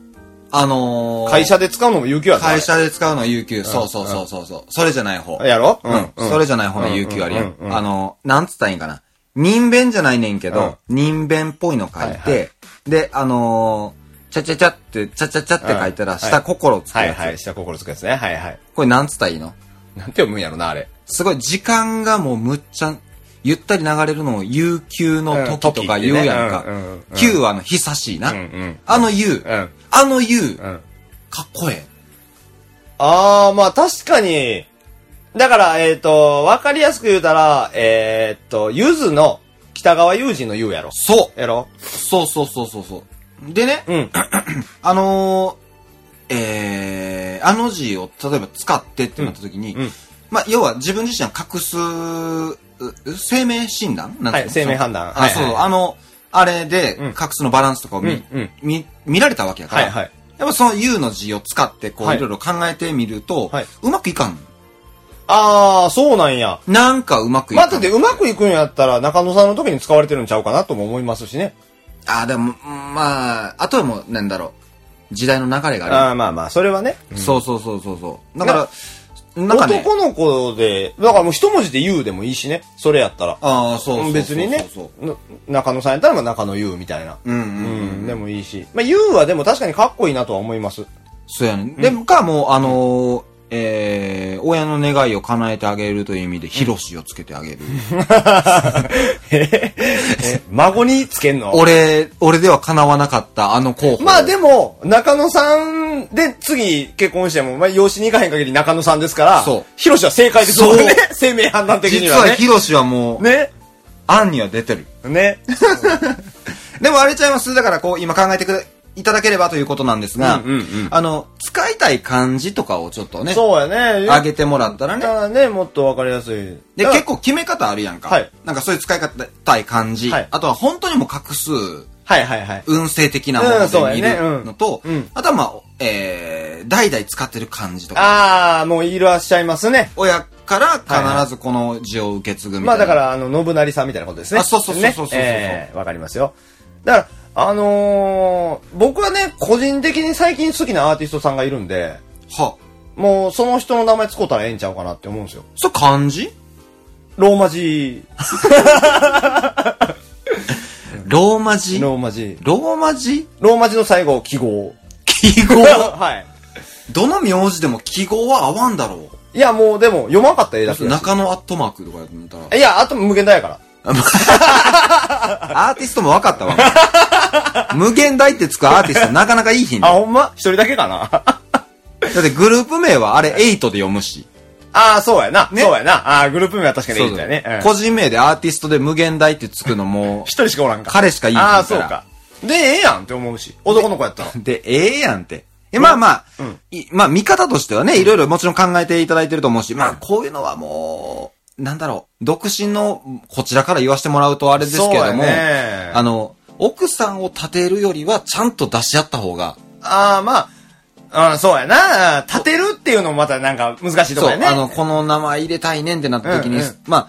[SPEAKER 4] あのー、
[SPEAKER 5] 会社で使うのも有給やん。
[SPEAKER 4] 会社で使うのは有給。そうそうそうそうそう。それじゃない方。
[SPEAKER 5] やろ
[SPEAKER 4] うん。それじゃない方の有給あるや
[SPEAKER 5] うん
[SPEAKER 4] ん
[SPEAKER 5] うんう。ん
[SPEAKER 4] あの、なんつったらいいんかな。人弁じゃないねんけど、人弁っぽいの書い
[SPEAKER 5] はいは
[SPEAKER 4] て、で、あのー、ちゃちゃちゃって、ちゃちゃちゃって書いた
[SPEAKER 5] うん
[SPEAKER 4] ら、下心つく
[SPEAKER 5] はい
[SPEAKER 4] や
[SPEAKER 5] はい。
[SPEAKER 4] つ。
[SPEAKER 5] 下心つくやつね。はいはい。
[SPEAKER 4] これなんつったらいいの
[SPEAKER 5] なんて読むんやろな、あれ。
[SPEAKER 4] すごい時間がもうむっちゃ、ゆったり流れるのを悠久の時とか言うやんか
[SPEAKER 5] うん時ってねうんうんうん。
[SPEAKER 4] 久はあの、久しいな
[SPEAKER 5] うんうん。
[SPEAKER 4] あの悠
[SPEAKER 5] うん、
[SPEAKER 4] あの悠、
[SPEAKER 5] うん。
[SPEAKER 4] かっこええ。
[SPEAKER 5] あー、まあ確かに、だから、えっ、と、わかりやすく言うたら、えっ、と、ゆずの北川悠仁のゆうやろ。
[SPEAKER 4] そ
[SPEAKER 5] やろ
[SPEAKER 4] うそうそうそうそうそう。でね、
[SPEAKER 5] うん。
[SPEAKER 4] *clears throat* あのー、えー、あの字を例えば使ってってなった時に、
[SPEAKER 5] うんうん
[SPEAKER 4] まあ、要は自分自身は隠す、う生命診断なんてうの
[SPEAKER 5] はい生命判断
[SPEAKER 4] あ、
[SPEAKER 5] はいはい
[SPEAKER 4] そう、あの、あれで
[SPEAKER 5] うん、
[SPEAKER 4] 画数のバランスとかを見、
[SPEAKER 5] うんうん
[SPEAKER 4] 見、見られたわけやか
[SPEAKER 5] は
[SPEAKER 4] ら、
[SPEAKER 5] いはい。
[SPEAKER 4] やっぱその U の字を使って、こう、
[SPEAKER 5] はい
[SPEAKER 4] い、ろいろ考えてみると、
[SPEAKER 5] はいう
[SPEAKER 4] まくいかん。
[SPEAKER 5] あー、そうなんや。
[SPEAKER 4] なんかうまくいかん。
[SPEAKER 5] 待ってて、うまくいくんやったら、中野さんの時に使われてるんちゃうかなとも思いますしね。
[SPEAKER 4] ああ、でも、まあ、あとはもう、なんだろう。時代の流れがあ
[SPEAKER 5] あー、まあまあ、それはね。
[SPEAKER 4] る。そうそうそうそうそう。だから、なんかね、
[SPEAKER 5] 男の子で、だからもう一文字でゆうでもいいしね。それやったら。
[SPEAKER 4] ああ、そうそうそうそう。
[SPEAKER 5] 別にね
[SPEAKER 4] そう、
[SPEAKER 5] な中野さんやったらまあ中野ゆうみたいな。
[SPEAKER 4] うんう
[SPEAKER 5] う
[SPEAKER 4] んうん。
[SPEAKER 5] ん、でもいいし。まあ、ゆうはでも確かにかっこいいなとは思います。
[SPEAKER 4] そうやね。で、か、もう、あのー、えー、親の願いを叶えてあげるという意味で、ヒロシをつけてあげる。
[SPEAKER 5] *laughs* 孫につけんの
[SPEAKER 4] 俺、俺では叶わなかった、あの候補。
[SPEAKER 5] まあでも、中野さんで次結婚しても、まあ養子に行かへん限り中野さんですから、
[SPEAKER 4] そう
[SPEAKER 5] ヒロシは正解ですもんね
[SPEAKER 4] そう。
[SPEAKER 5] *laughs* 生命判断的に
[SPEAKER 4] 実
[SPEAKER 5] は
[SPEAKER 4] は
[SPEAKER 5] ね。
[SPEAKER 4] ヒロシはもう、
[SPEAKER 5] ね。
[SPEAKER 4] 案には出てる。
[SPEAKER 5] ね。
[SPEAKER 4] でもあれちゃいます。だからこう、今考えてくれいただければということなんですが、
[SPEAKER 5] うんうんうん
[SPEAKER 4] あの、使いたい漢字とかをちょっとね、
[SPEAKER 5] そうやね。
[SPEAKER 4] 上げてもらった
[SPEAKER 5] だ
[SPEAKER 4] らね
[SPEAKER 5] か。らね、もっとわかりやすい。だ
[SPEAKER 4] で、
[SPEAKER 5] から
[SPEAKER 4] 結構決め方あるやんか。
[SPEAKER 5] はい
[SPEAKER 4] なんかそういう使い方たい漢字。
[SPEAKER 5] はい
[SPEAKER 4] あとは本当にもう画数、
[SPEAKER 5] はいはいはい。
[SPEAKER 4] 運勢的なもので見
[SPEAKER 5] うんそうやねう
[SPEAKER 4] る
[SPEAKER 5] ん
[SPEAKER 4] のと、
[SPEAKER 5] うん
[SPEAKER 4] あとはまあ、えー、代々使ってる漢字とか、
[SPEAKER 5] あー、もういらっしゃいますね。
[SPEAKER 4] 親から必ずこの字を受け継ぐみ
[SPEAKER 5] ま
[SPEAKER 4] た
[SPEAKER 5] あ
[SPEAKER 4] いな。
[SPEAKER 5] だから、あの、信成さんみたいなことですね。
[SPEAKER 4] あそうそうそうそうそうそう
[SPEAKER 5] ねえーわかりますよ。だから、あのー僕はね、個人的に最近好きなアーティストさんがいるんで、
[SPEAKER 4] は
[SPEAKER 5] もうその人の名前使うたらええんちゃうかなって思うんですよ。
[SPEAKER 4] それ漢字
[SPEAKER 5] ローマ字、
[SPEAKER 4] ローマ字ロ
[SPEAKER 5] ローマ字。
[SPEAKER 4] ーマ字
[SPEAKER 5] ローマ字の最後、記号。
[SPEAKER 4] 記
[SPEAKER 5] *laughs*
[SPEAKER 4] 号
[SPEAKER 5] はい。
[SPEAKER 4] どの名字でも記号は合わんだろ
[SPEAKER 5] いや、もうでも、読まんかったらええだけ
[SPEAKER 4] う。
[SPEAKER 5] やし
[SPEAKER 4] 中野アットマークとかやったら。
[SPEAKER 5] いや、あと無限大やから。
[SPEAKER 4] アーティストも分かったわ。無限大ってつくアーティストなかなかいいヒント
[SPEAKER 5] あ、。ほんま一人だけかな
[SPEAKER 4] だってグループ名はあれ8で読むし。
[SPEAKER 5] *laughs* ああ、そうやな。
[SPEAKER 4] ね
[SPEAKER 5] そうやな。ああ、グループ名は確かにいいんだよね。うん
[SPEAKER 4] 個人名でアーティストで無限大ってつくのも
[SPEAKER 5] *laughs* 一、人しかおらんか。
[SPEAKER 4] 彼しかいい
[SPEAKER 5] ああ、
[SPEAKER 4] ひ
[SPEAKER 5] そ
[SPEAKER 4] ん
[SPEAKER 5] う
[SPEAKER 4] から
[SPEAKER 5] か。で、ええやんって思うし。男の子やったら。
[SPEAKER 4] で、ええやんって。え、まあまあ、いまあ見方としてはね、いろいろもちろん考えていただいてると思うし、まあこういうのはもう、なんだろう、独身のこちらから言わせてもらうとあれですけれども、
[SPEAKER 5] そうやね
[SPEAKER 4] あの、奥さんを立てるよりはちゃんと出し合った方が、
[SPEAKER 5] ああ、まあ、うん、そうやな。立てるっていうのもまたなんか難しいとこ
[SPEAKER 4] そ
[SPEAKER 5] や
[SPEAKER 4] う、
[SPEAKER 5] ね。
[SPEAKER 4] あの、この名前入れたいねんってなった時に、
[SPEAKER 5] うんうん
[SPEAKER 4] まあ、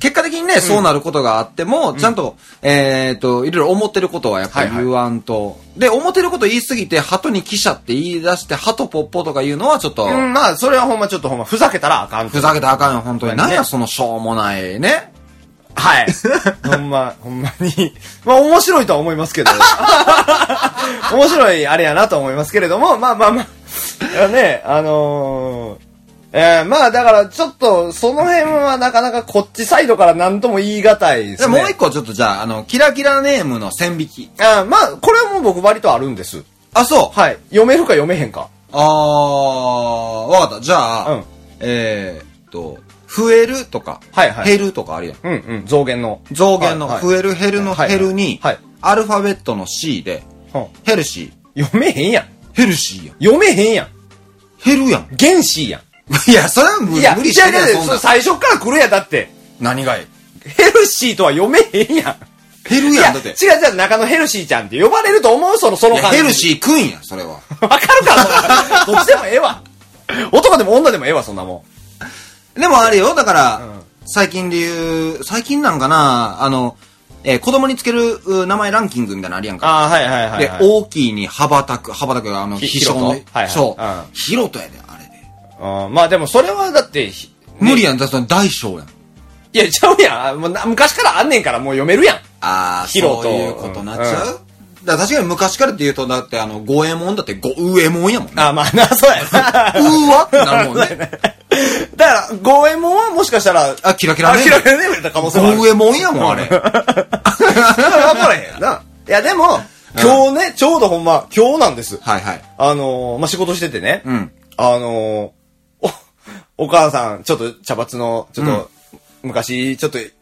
[SPEAKER 4] 結果的にね、そうなることがあっても、ちゃんと、えっ、と、いろいろ思ってることはやっぱり
[SPEAKER 5] はいはい
[SPEAKER 4] 言わんと。で、思ってること言いすぎて、鳩に記者って言い出して、鳩ポッポとか言うのはちょっと、
[SPEAKER 5] うん、まあ、それはほんまちょっとほんま、ふざけたらあかん。
[SPEAKER 4] ふざけたらあかんよ、本当に。
[SPEAKER 5] ほんま
[SPEAKER 4] 何
[SPEAKER 5] ね
[SPEAKER 4] や、そのしょうもないね。
[SPEAKER 5] はい。 *laughs* ほんま、ほんまに。まあ、面白いとは思いますけど。 *laughs* 面白いあれやなと思いますけれども、まあまあまあ。いやね、あのーえーまあだからちょっとその辺はなかなかこっちサイドから何とも言い難いで
[SPEAKER 4] で
[SPEAKER 5] ね。
[SPEAKER 4] すもう一個ちょっとじゃあ、あの、キラキラネームの線引き。
[SPEAKER 5] あーまあ、これはもう僕割とあるんです。
[SPEAKER 4] あ、そう。
[SPEAKER 5] はい。読めるか読めへんか。
[SPEAKER 4] あー、わかった。じゃあ、
[SPEAKER 5] うん
[SPEAKER 4] えーっと、増えるとか、
[SPEAKER 5] はいはい
[SPEAKER 4] 減るとかあるやん。
[SPEAKER 5] うんうん。増減の。
[SPEAKER 4] 増減の
[SPEAKER 5] はいはい
[SPEAKER 4] 増える減るの
[SPEAKER 5] はい
[SPEAKER 4] 減るに
[SPEAKER 5] はい、
[SPEAKER 4] アルファベットの C で、
[SPEAKER 5] うん
[SPEAKER 4] ヘルシ
[SPEAKER 5] 読めへんやん。
[SPEAKER 4] ー。ヘルシーやん。
[SPEAKER 5] 読めへんやん。
[SPEAKER 4] 減るやん。
[SPEAKER 5] 原子や
[SPEAKER 4] いや、それは無
[SPEAKER 5] ん。い
[SPEAKER 4] 理
[SPEAKER 5] や、
[SPEAKER 4] 無理してる
[SPEAKER 5] いやいや
[SPEAKER 4] やん、そん
[SPEAKER 5] そ
[SPEAKER 4] な。
[SPEAKER 5] うん最初から来るやん、だって。
[SPEAKER 4] 何がい
[SPEAKER 5] ヘルシーとは読めへんやん。
[SPEAKER 4] 減る
[SPEAKER 5] い
[SPEAKER 4] や
[SPEAKER 5] や、
[SPEAKER 4] ん、だって。
[SPEAKER 5] 違う違う、中野ヘルシーちゃんって呼ばれると思うその、そ
[SPEAKER 4] い
[SPEAKER 5] の
[SPEAKER 4] や
[SPEAKER 5] 感じ。
[SPEAKER 4] ヘルシーくんや、それは。
[SPEAKER 5] ー。わかるか、そんなどっちでもええわ。男でも女でもええわ、そんなもん。
[SPEAKER 4] *laughs* でもあれよ、だから、最近で言う、最近なんかな、あの、えー子供につけるう名前ランキングみたいなのあるやんか。
[SPEAKER 5] ああ、はいはい
[SPEAKER 4] で、大きいに羽ばたく、羽ばたくがあの、
[SPEAKER 5] ひ
[SPEAKER 4] 飛翔の、
[SPEAKER 5] ひろとはいはい
[SPEAKER 4] そう
[SPEAKER 5] う。
[SPEAKER 4] ヒロトやで、あれで。
[SPEAKER 5] あーまあでもそれはだって、ひ
[SPEAKER 4] 無理やん、だってその大小やん。
[SPEAKER 5] いや、ちゃうやん。もうな昔からあんねんからもう読めるやん。
[SPEAKER 4] ああ、
[SPEAKER 5] ヒロト
[SPEAKER 4] そういうことなっちゃう、だから確かに昔からって言うと、だってあの、五右衛門だって五右衛門やもんね。
[SPEAKER 5] あーまあな、そうやな。 *laughs*
[SPEAKER 4] うーわってなるもんね。
[SPEAKER 5] だから、五右衛門はもしかしたら、
[SPEAKER 4] あ、キラキラ
[SPEAKER 5] *laughs* あ
[SPEAKER 4] ね。
[SPEAKER 5] きらめねめた可能性
[SPEAKER 4] 五
[SPEAKER 5] もある。
[SPEAKER 4] 右衛門やもん、あれ。
[SPEAKER 5] 分からへんな。いや、でも、今日ね、ちょうどほんま、今日なんです。
[SPEAKER 4] はいはい。
[SPEAKER 5] あのー、まあ、仕事しててね。
[SPEAKER 4] うん
[SPEAKER 5] あのー、お、お母さん、ちょっと茶髪の、ちょっと、昔、ちょっと、い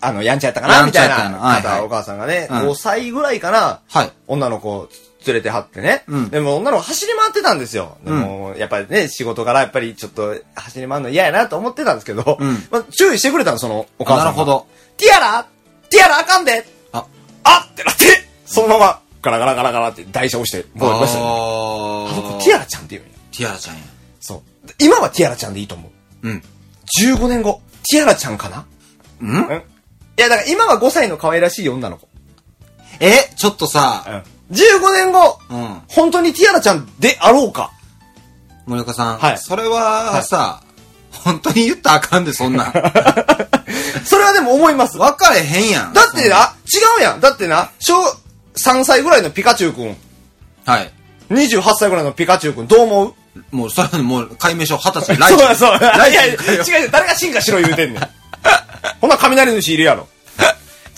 [SPEAKER 5] あの、やんちゃやったかな
[SPEAKER 4] やん
[SPEAKER 5] み
[SPEAKER 4] ちゃ
[SPEAKER 5] た
[SPEAKER 4] や
[SPEAKER 5] い
[SPEAKER 4] った
[SPEAKER 5] な。
[SPEAKER 4] なはいはい
[SPEAKER 5] 方お母さんがね、
[SPEAKER 4] うん
[SPEAKER 5] 5歳ぐらいかな、
[SPEAKER 4] はい
[SPEAKER 5] 女の子を連れてはってね。
[SPEAKER 4] うん
[SPEAKER 5] でも女の子走り回ってたんですよ。でも、やっぱりね、仕事からやっぱりちょっと走り回るの嫌やなと思ってたんですけど、
[SPEAKER 4] うん
[SPEAKER 5] まあ、注意してくれたの、そのお母さんが。
[SPEAKER 4] なるほど。
[SPEAKER 5] ティアラティアラあかんで
[SPEAKER 4] あ、
[SPEAKER 5] あってなって、そのまま、ガラガラガラガラって台車押して戻りましたね、
[SPEAKER 4] あ
[SPEAKER 5] あの
[SPEAKER 4] ー
[SPEAKER 5] 子ティアラちゃんって言うんや。
[SPEAKER 4] ティアラちゃんや。
[SPEAKER 5] そう。今はティアラちゃんでいいと思う。
[SPEAKER 4] うん。
[SPEAKER 5] 15年後、ティアラちゃんかな
[SPEAKER 4] うん
[SPEAKER 5] いや、だから今は5歳の可愛らしい女の子。
[SPEAKER 4] え、ちょっとさ、
[SPEAKER 5] 15年後、
[SPEAKER 4] うん
[SPEAKER 5] 本当にティアラちゃんであろうか。
[SPEAKER 4] 森岡さん。
[SPEAKER 5] はい
[SPEAKER 4] それはさ、本当に言ったらあかんで、そ
[SPEAKER 5] *laughs*
[SPEAKER 4] んなん。
[SPEAKER 5] それはでも思います。だ
[SPEAKER 4] 分かれへんやん。
[SPEAKER 5] ってな、違うやん。だってな、小3歳ぐらいのピカチュウくん、
[SPEAKER 4] そんなん。はい。
[SPEAKER 5] 28歳ぐらいのピカチュウくん、どう思う
[SPEAKER 4] もう、それはもう、解明書二十歳、
[SPEAKER 5] *laughs* そうだ
[SPEAKER 4] 来
[SPEAKER 5] そうだ。
[SPEAKER 4] 来
[SPEAKER 5] いやいや、
[SPEAKER 4] 週か
[SPEAKER 5] 違
[SPEAKER 4] よ
[SPEAKER 5] うよ誰が進化しろ言うてん *laughs* ねん。ほな、雷主いるやろ。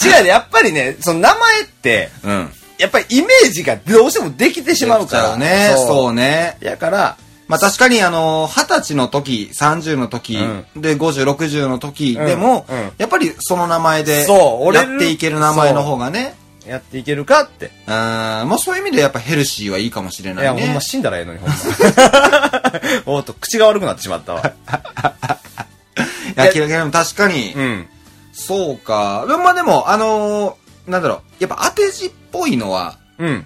[SPEAKER 5] 違うで、やっぱりね、その名前って、
[SPEAKER 4] うん。
[SPEAKER 5] やっぱりイメージがどうしてもできてしまうから。
[SPEAKER 4] ね。そうね。
[SPEAKER 5] やから、
[SPEAKER 4] まあ確かにあの、二十歳の時、30の時、
[SPEAKER 5] う
[SPEAKER 4] で、50、60の時でも、
[SPEAKER 5] うんうん
[SPEAKER 4] やっぱりその名前で、
[SPEAKER 5] そう俺
[SPEAKER 4] や
[SPEAKER 5] の
[SPEAKER 4] っていける名前の方がね、
[SPEAKER 5] やっていけるかって。
[SPEAKER 4] うーん、まあそういう意味でやっぱヘルシーはいいかもしれ
[SPEAKER 5] い
[SPEAKER 4] ない
[SPEAKER 5] や、
[SPEAKER 4] ね。
[SPEAKER 5] ほんま死んだらええのに、
[SPEAKER 4] *laughs*
[SPEAKER 5] ほんま。おっと、口が悪くなってしまったわ。
[SPEAKER 4] いや、キラキラでも確かに、
[SPEAKER 5] うん。
[SPEAKER 4] そうか。まあでも、あのーなんだろう、やっぱ当て字っぽいのは、
[SPEAKER 5] うん。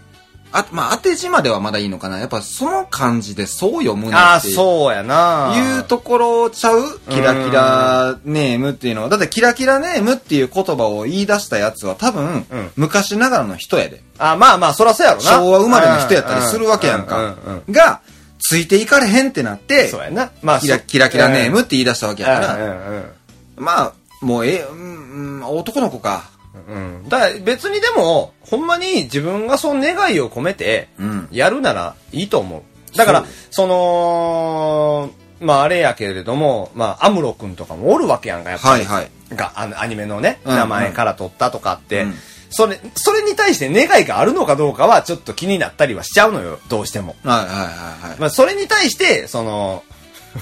[SPEAKER 4] あ、まあ、当て字まではまだいいのかな。やっぱその感じでそう読む
[SPEAKER 5] あ
[SPEAKER 4] な
[SPEAKER 5] あ、
[SPEAKER 4] っていう。
[SPEAKER 5] そうやな。
[SPEAKER 4] いうところちゃうキラキラネームっていうのは。だってキラキラネームっていう言葉を言い出したやつは多分、
[SPEAKER 5] うん
[SPEAKER 4] 昔ながらの人やで。
[SPEAKER 5] あ、まあまあ、そらそうやろな。
[SPEAKER 4] 昭和生まれの人やったりするわけや
[SPEAKER 5] う
[SPEAKER 4] んか
[SPEAKER 5] ううんうん。
[SPEAKER 4] が、ついていかれへんってなって
[SPEAKER 5] そう、やな。まあ、
[SPEAKER 4] キラキラキラネームってて言い出したわけや
[SPEAKER 5] や
[SPEAKER 4] か、
[SPEAKER 5] からら。うんうん
[SPEAKER 4] まあ、もうええ、うん、うん男の子か。
[SPEAKER 5] うんだから別にでも、ほんまに自分がその願いを込めて
[SPEAKER 4] うん、
[SPEAKER 5] やるならいいと思う。だから、
[SPEAKER 4] そう
[SPEAKER 5] その、まああれやけれども、まあアムロ君とかもおるわけやんか、やっぱり。
[SPEAKER 4] はいはい
[SPEAKER 5] が、あの、アニメのね、
[SPEAKER 4] うんうん
[SPEAKER 5] 名前から取ったとかって、
[SPEAKER 4] うん
[SPEAKER 5] それ、それに対して願いがあるのかどうかはちょっと気になったりはしちゃうのよ、どうしても。
[SPEAKER 4] はいはいはいはい。
[SPEAKER 5] まあそれに対して、その、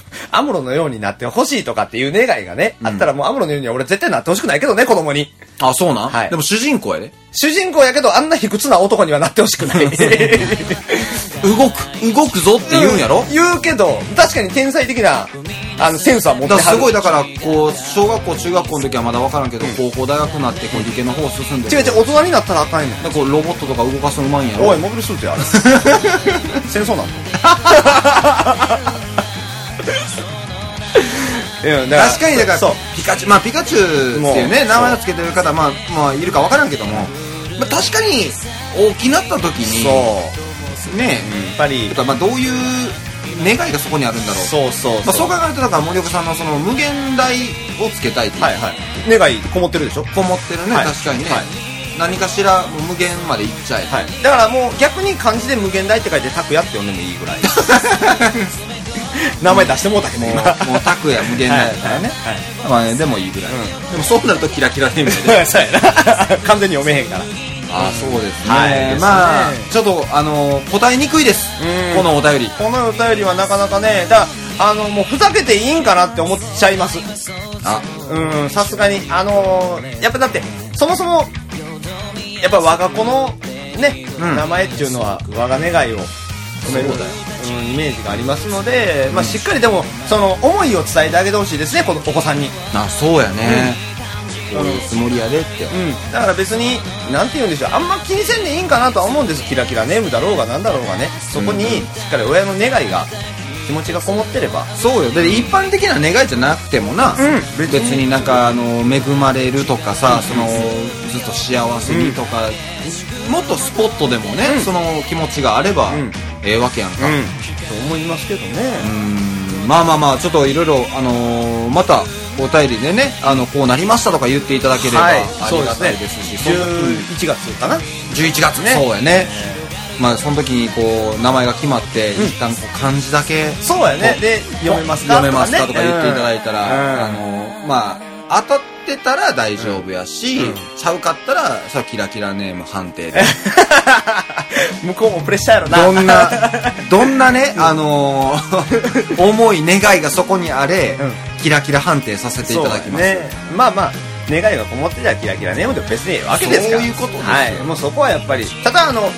[SPEAKER 5] *laughs* アムロのようになってほしいとかっていう願いがね、あったらもうアムロのようには俺絶対なってほしくないけどね、子供に。
[SPEAKER 4] あ、そうなん、
[SPEAKER 5] はい
[SPEAKER 4] でも主人公やで。
[SPEAKER 5] 主人公やけど、あんな卑屈な男にはなってほしくない。
[SPEAKER 4] 動く、動くぞって *laughs* 言うんやろ、
[SPEAKER 5] 言うけど、確かに天才的な、あの、センスは持って
[SPEAKER 4] だから
[SPEAKER 5] は
[SPEAKER 4] す
[SPEAKER 5] る。
[SPEAKER 4] ごい、だから、こう、小学校、中学校の時はまだわからんけど、高校、大学になって、こう、理系の方進んで、
[SPEAKER 5] 違う違う、大人になったらあかんねん。
[SPEAKER 4] なんかこう、ロボットとか動かすのうまいんやろ
[SPEAKER 5] おい、モビルスーツや、あれ。戦争なのいや
[SPEAKER 4] 確かに、だから、
[SPEAKER 5] そう。
[SPEAKER 4] ピカチュウ、まあ、ピカチュウっていうね、
[SPEAKER 5] もう
[SPEAKER 4] 名前を付けてる方、まあ、まあ、いるかわからんけども、まあ、確かに、大きなった時に、
[SPEAKER 5] そう。
[SPEAKER 4] ね、
[SPEAKER 5] やっぱり
[SPEAKER 4] だ、からまあ、どういう願いがそこにあるんだろう。
[SPEAKER 5] そうそう
[SPEAKER 4] まあ、
[SPEAKER 5] そ。
[SPEAKER 4] そうう考えると、だから、森岡さんのその、無限大をつけたいっていう。
[SPEAKER 5] はいはい。願いこもってるでしょ
[SPEAKER 4] こもってるね、
[SPEAKER 5] はい
[SPEAKER 4] 確かにね、
[SPEAKER 5] はい
[SPEAKER 4] 何かしらもう無限までいっちゃえ、
[SPEAKER 5] はい。だからもう逆に漢字で無限大って書いて、拓也って呼んでもいいぐらい。名前出してもうたけど、
[SPEAKER 4] も
[SPEAKER 5] 今。
[SPEAKER 4] うもう拓也無限大だか
[SPEAKER 5] はいは
[SPEAKER 4] らね、
[SPEAKER 5] い
[SPEAKER 4] まあねでもいいぐらい、
[SPEAKER 5] うん
[SPEAKER 4] でもそうなるとキラキラネームで
[SPEAKER 5] そうやな。完全に読めへんから。
[SPEAKER 4] ああそうですね,、
[SPEAKER 5] はいですね
[SPEAKER 4] まあちょっとあのー答えにくいです
[SPEAKER 5] うん
[SPEAKER 4] このお便り
[SPEAKER 5] このお便りはなかなかね、だあの、もうふざけていいんかなって思っちゃいます。
[SPEAKER 4] あ
[SPEAKER 5] うん、さすがに。あのーやっぱだって、そもそも、やっぱ我が子のね、
[SPEAKER 4] うん
[SPEAKER 5] 名前っていうのは我が願いを込める
[SPEAKER 4] そうだよ
[SPEAKER 5] うん、イメージがありますので、まあしっかりでも、その思いを伝えてあげてほしいですね、このお子さんに。
[SPEAKER 4] あそうやね、こういうつもりやでって、
[SPEAKER 5] うん、だから別に、なんて言うんでしょう、あんま気にせんでいいんかなとは思うんです、キラキラネームだろうがなんだろうがね、そこにしっかり親の願いが、気持ちがこもってれば、
[SPEAKER 4] そうよで一般的な願いじゃなくてもな、別になんかあの恵まれるとかさ、そのずっと幸せにとか、もっとスポットでもね、その気持ちがあれば、
[SPEAKER 5] うん
[SPEAKER 4] ええわけやんか、うん
[SPEAKER 5] と思いますけどね。
[SPEAKER 4] まあまあまあちょっといろいろあのーまたお便りでねあのこうなりましたとか言っていただければ、
[SPEAKER 5] はい
[SPEAKER 4] ありがたいですし
[SPEAKER 5] そうですね11月かな
[SPEAKER 4] 11月ねそうやね、まあその時にこう名前が決まって、一旦こう漢字だけ
[SPEAKER 5] そうやねで読めますか
[SPEAKER 4] 読めますかとか
[SPEAKER 5] ね
[SPEAKER 4] 言っていただいたら、
[SPEAKER 5] うん
[SPEAKER 4] あのまあ当たってたら大丈夫やし、
[SPEAKER 5] うん
[SPEAKER 4] ちゃうかったらさキラキラネーム判定で
[SPEAKER 5] 向こうもプレッシャーやろな
[SPEAKER 4] どん *laughs* などんなね、あの *laughs* ー重い願いがそこにあれ、
[SPEAKER 5] うん
[SPEAKER 4] キラキラ判定させていただきま
[SPEAKER 5] そう
[SPEAKER 4] す、
[SPEAKER 5] ねまあまあ願いがこもってりゃキラキラネームでも別にええわけですから
[SPEAKER 4] そういうことですよ
[SPEAKER 5] はいもうそこはやっぱりただあの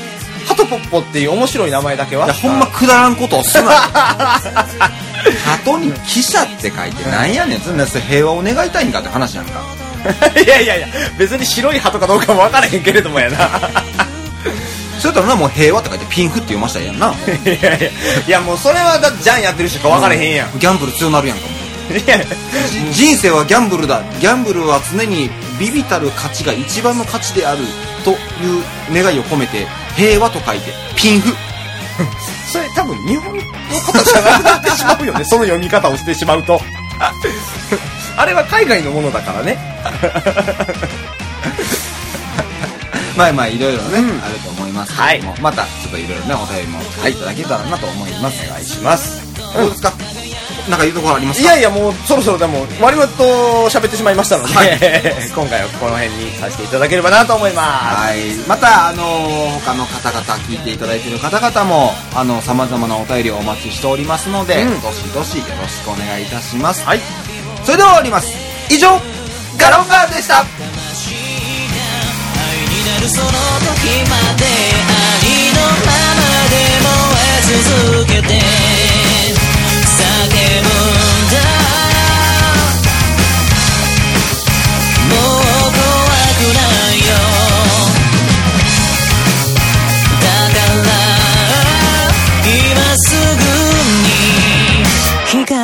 [SPEAKER 5] ハトポッポっていう面白い名前だけはい
[SPEAKER 4] やほんまくだらんことをす *laughs* な鳩に「記者」って書いてなんやねんそんなそれ平和を願いたいんかって話やんか
[SPEAKER 5] *laughs* いやいやいや別に白いハトかどうかも分からへんけれどもやな
[SPEAKER 4] *laughs* それとなもう平和って書いてピンフって読ましたらええやんない
[SPEAKER 5] やいやいやもうそれはだってジャンやってる人しか分からへんやん、
[SPEAKER 4] ギャンブル強なるやんかもう
[SPEAKER 5] いや
[SPEAKER 4] 人生はギャンブルだギャンブルは常にビビたる価値が一番の価値であるという願いを込めて平和と書いてピンフ
[SPEAKER 5] それ多分日本の方じゃなくなってしまうよねその読み方をしてしまう
[SPEAKER 4] *laughs*
[SPEAKER 5] とあれは海外のものだからね
[SPEAKER 4] まあまあいろいろね、あると思いますけども、
[SPEAKER 5] は
[SPEAKER 4] またちょっといろいろねお便りもいただけたらなと思います、お願いしますどうですかなんか言うところあります
[SPEAKER 5] い
[SPEAKER 4] か
[SPEAKER 5] やいやもうそろそろでも割と喋ってしまいましたので、
[SPEAKER 4] はい
[SPEAKER 5] *laughs* 今回はこの辺にさせていただければなと思いま
[SPEAKER 4] はい、また、あのー他の方々、聞いていただいている方々も、あの、様々なお便りをお待ちしておりますので、
[SPEAKER 5] うん
[SPEAKER 4] どしどしよろしくお願いいたします。
[SPEAKER 5] すはい
[SPEAKER 4] それでは終わります。以上、ガロンガールでした
[SPEAKER 6] 続けて叫ぶんだもう怖くないよだから